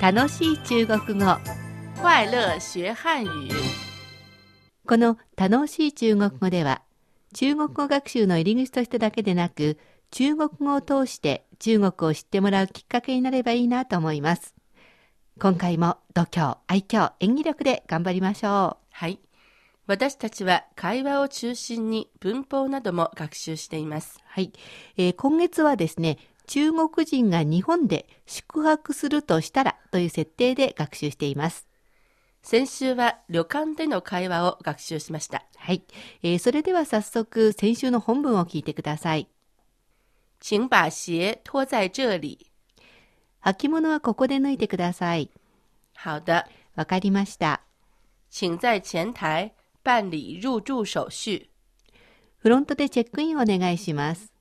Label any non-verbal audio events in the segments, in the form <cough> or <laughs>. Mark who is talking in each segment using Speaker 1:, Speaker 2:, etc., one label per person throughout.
Speaker 1: 楽しい中国語
Speaker 2: 快乐学汉语。
Speaker 1: この楽しい中国語では中国語学習の入り口としてだけでなく中国語を通して中国を知ってもらうきっかけになればいいなと思います今回も度胸愛嬌演技力で頑張りましょ
Speaker 2: はい。私たちは会話を中心に文法なども学習しています
Speaker 1: う。はい、えー今月はですね中国人が日本で宿泊するとしたらという設定で学習しています
Speaker 2: 先週は旅館での会話を学習しました。
Speaker 1: はい、えーそれでは早速先週の本文を聞いてください
Speaker 2: 请把鞋脱在这里。
Speaker 1: 履物はここで脱いでください
Speaker 2: 好的，
Speaker 1: わかりました
Speaker 2: 请在前台办理入住手续。
Speaker 1: フロントでチェックインお願いします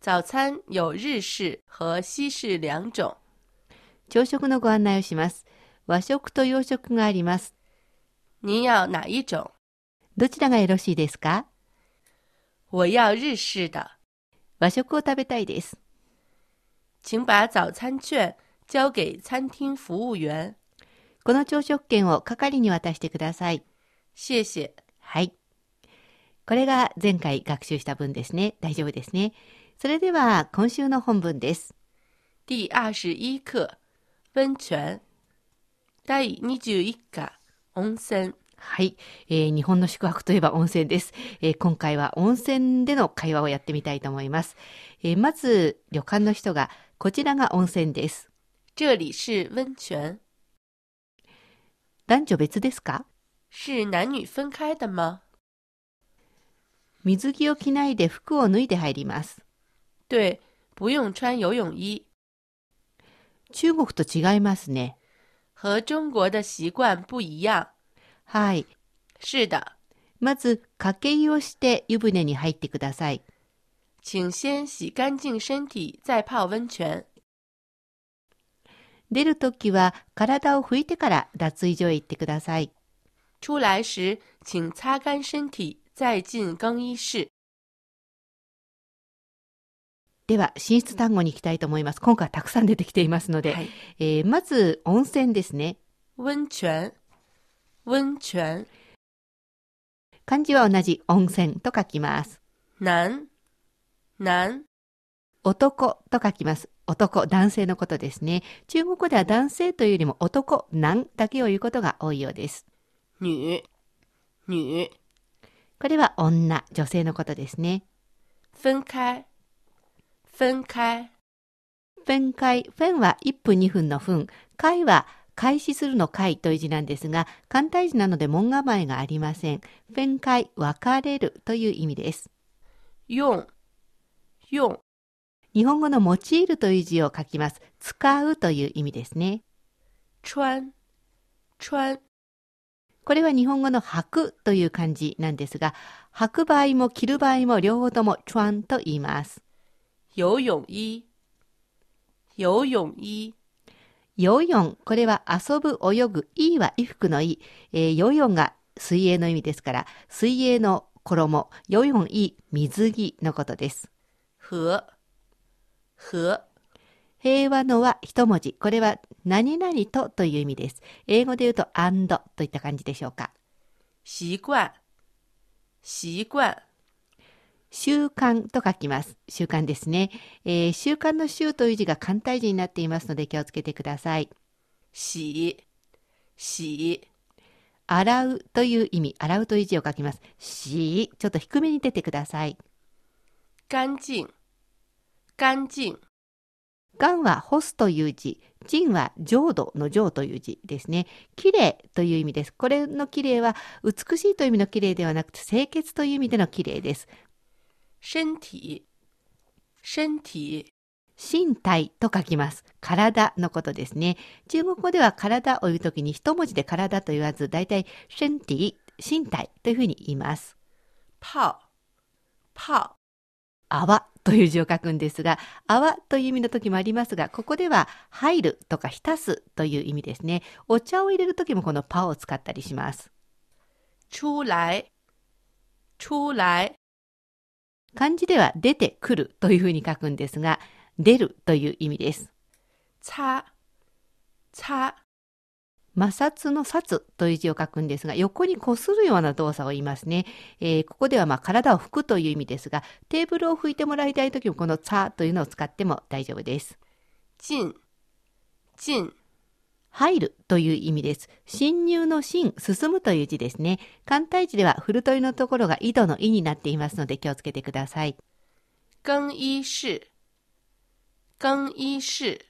Speaker 2: 早餐有日式和西式两种，
Speaker 1: 朝食のご案内をします和食と洋食があります
Speaker 2: 您要哪一种？
Speaker 1: どちらがよろしいですか
Speaker 2: 我要日式的。
Speaker 1: 和食を食べたいです
Speaker 2: 请把早餐券交给餐厅服务员，
Speaker 1: この朝食券を係に渡してください
Speaker 2: 谢谢。
Speaker 1: はいこれが前回学習した文ですね大丈夫ですねそれでは今週の本文です
Speaker 2: 第二十一课，温泉。第二十一課、温泉。
Speaker 1: はい、えー日本の宿泊といえば温泉です、えー今回は温泉での会話をやってみたいと思います、えーまず旅館の人がこちらが温泉です
Speaker 2: 这里是温泉，
Speaker 1: 男女別ですか
Speaker 2: 是男女分开的吗？
Speaker 1: 水着を着ないで服を脱いで入ります
Speaker 2: 对，不用穿游泳衣，
Speaker 1: 中国と違いますね
Speaker 2: 和中国的习惯不一样。
Speaker 1: はい
Speaker 2: 是的，
Speaker 1: まず掛け湯をして湯船に入ってください
Speaker 2: 请先洗干净身体再泡温泉。
Speaker 1: 出るときは体を拭いてから脱衣所へ行ってください
Speaker 2: 出来时，请擦干身体再进更衣室。
Speaker 1: では寝室単語に行きたいと思います今回はたくさん出てきていますので、
Speaker 2: はい
Speaker 1: えーまず温泉ですね
Speaker 2: 哎温泉，温泉，
Speaker 1: 漢字は同じ温泉と書きます。
Speaker 2: 男，男，
Speaker 1: 男と書きます。男、男性のことですね。中国語では男性というよりも男、男だけを言うことが多いようです。
Speaker 2: 女，女，
Speaker 1: これは女、女性のことですね。
Speaker 2: 分开，分开，
Speaker 1: 分解、フェンは1分2分の分、解は開始するの解という字なんですが、簡体字なので門構えがありません。分解、分かれるという意味です。
Speaker 2: 用，用，
Speaker 1: 日本語の用いるという字を書きます。使うという意味ですね。
Speaker 2: 穿，穿，
Speaker 1: これは日本語の履くという漢字なんですが、履く場合も着る場合も両方ともチュアンと言います。
Speaker 2: 游泳衣，游泳衣，
Speaker 1: ヨヨン、これは遊ぶ、泳ぐ、いいは衣服のいい。えー、ヨヨンが水泳の意味ですから、水泳の衣、ヨヨンいい、水着のことです。
Speaker 2: 和，和，
Speaker 1: 平和のは一文字。これは何々とという意味です。英語で言うと and といった感じでしょうか。
Speaker 2: 习惯，习惯，
Speaker 1: 習慣と書きます。習慣ですね。えー習慣の習という字が簡体字になっていますので気をつけてください。
Speaker 2: 洗，洗，
Speaker 1: 洗うという意味、洗うという字を書きます。し、ちょっと低めに出てください。
Speaker 2: 干净，干净，
Speaker 1: がんは干すという字、人は浄土の浄という字ですね。綺麗という意味です。これの綺麗は美しいという意味の綺麗ではなくて清潔という意味での綺麗です。
Speaker 2: 身体，身体。
Speaker 1: 身体と書きます。体のことですね。中国語では体を言うときに一文字で体と言わず、だいたい身体、身体というふうに言います。
Speaker 2: 泡，泡，
Speaker 1: 泡という字を書くんですが、泡という意味の時もありますが、ここでは入るとか浸すという意味ですね。お茶を入れる時もこのパを使ったりします。
Speaker 2: 出来，出来，
Speaker 1: 漢字では出てくるというふうに書くんですが、出るという意味です。
Speaker 2: 擦，擦、
Speaker 1: 摩擦の擦という字を書くんですが、横に擦るような動作を言いますね。えーここではまあ体を拭くという意味ですが、テーブルを拭いてもらいたいときもこの擦というのを使っても大丈夫です。
Speaker 2: 进、进、
Speaker 1: 入るという意味です。侵入の進、進むという字ですね。簡体字では、古鳥のところが井戸の井になっていますので気をつけてください。
Speaker 2: 更衣室、更衣室、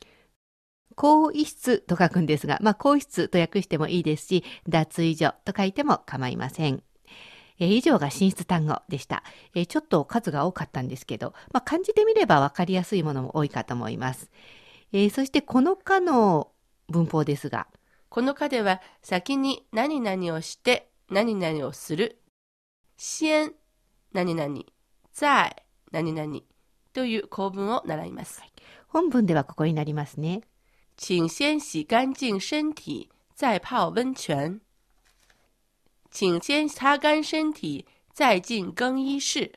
Speaker 1: 更衣室と書くんですが、まあ、更衣室と訳してもいいですし、脱衣所と書いても構いません。えー以上が進出単語でした、えーちょっと数が多かったんですけど、まあ、漢字で見れば分かりやすいものも多いかと思います。えーそして、このかの文法ですが、
Speaker 2: この課では先に何々をして何々をする。先、何々、在、何々という構文を習います。
Speaker 1: 本文ではここになりますね。
Speaker 2: 请先洗干净身体，再泡温泉。请先擦干身体，再进更衣室。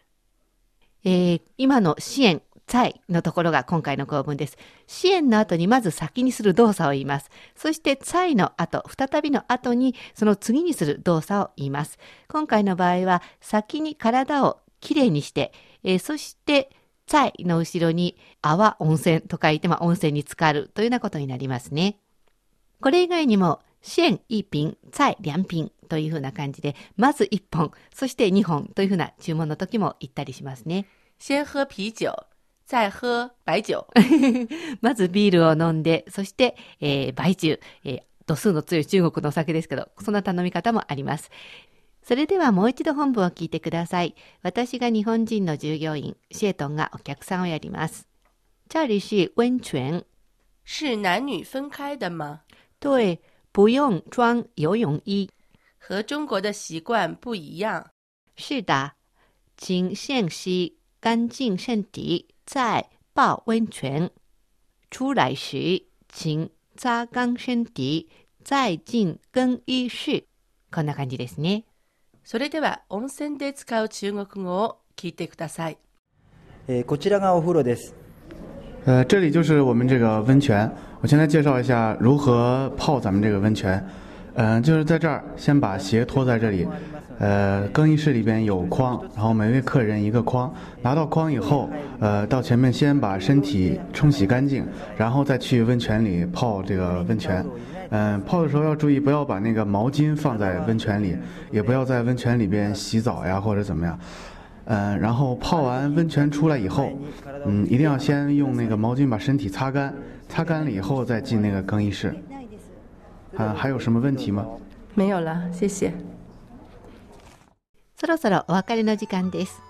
Speaker 1: えー今の支援、在のところが今回の構文です。支援の後にまず先にする動作を言います。そして在の後、再びの後にその次にする動作を言います。今回の場合は先に体をきれいにして、えーそして在の後ろに泡温泉と書いて、まあ、温泉に浸かるというようなことになりますね。これ以外にも、支援一品、菜良品というふうな感じで、まず1本、そして2本というふうな注文の時も言ったりしますね。
Speaker 2: 先喝啤酒，再喝白酒。
Speaker 1: <laughs> まずビールを飲んで、そして、えー、売中、えー度数の強い中国のお酒ですけど、そんな頼み方もあります。それではもう一度本文を聞いてください。私が日本人の従業員、シェートンがお客さんをやります。这里是温泉。
Speaker 2: 是男女分开的吗？
Speaker 1: 对、不用装游泳衣。
Speaker 2: 和中国的习惯不一样。
Speaker 1: 是的。请先洗干净身体，再泡温泉。出来时，请擦干身体，再进更衣室。こんな感じですね。
Speaker 2: それでは温泉で使う中国語を聞いてください。
Speaker 3: えーこちらがお風呂です。
Speaker 4: 呃，这里就是我们这个温泉。我先来介绍一下如何泡咱们这个温泉。嗯、就是在这儿先把鞋脱在这里，呃，更衣室里边有筐，然后每位客人一个筐。拿到筐以后，呃，到前面先把身体冲洗干净，然后再去温泉里泡这个温泉。嗯、泡的时候要注意不要把那个毛巾放在温泉里，也不要在温泉里边洗澡呀或者怎么样。嗯、然后泡完温泉出来以后，嗯，一定要先用那个毛巾把身体擦干，擦干了以后再进那个更衣室。啊，还有什么问题吗？
Speaker 2: 没有了，谢谢。
Speaker 1: そろそろお別れの時間です。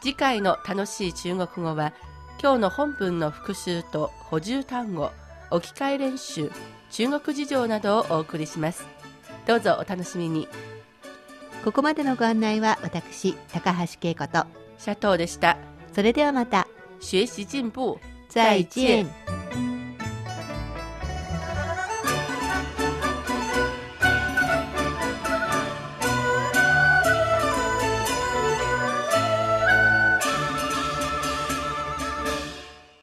Speaker 2: 次回の楽しい中国語は今日の本文の復習と補充単語置き換え練習中国事情などをお送りしますどうぞお楽しみに
Speaker 1: ここまでのご案内は私高橋恵子と。
Speaker 2: シャトーでした
Speaker 1: それではまた。
Speaker 2: 学習進步
Speaker 1: 再见。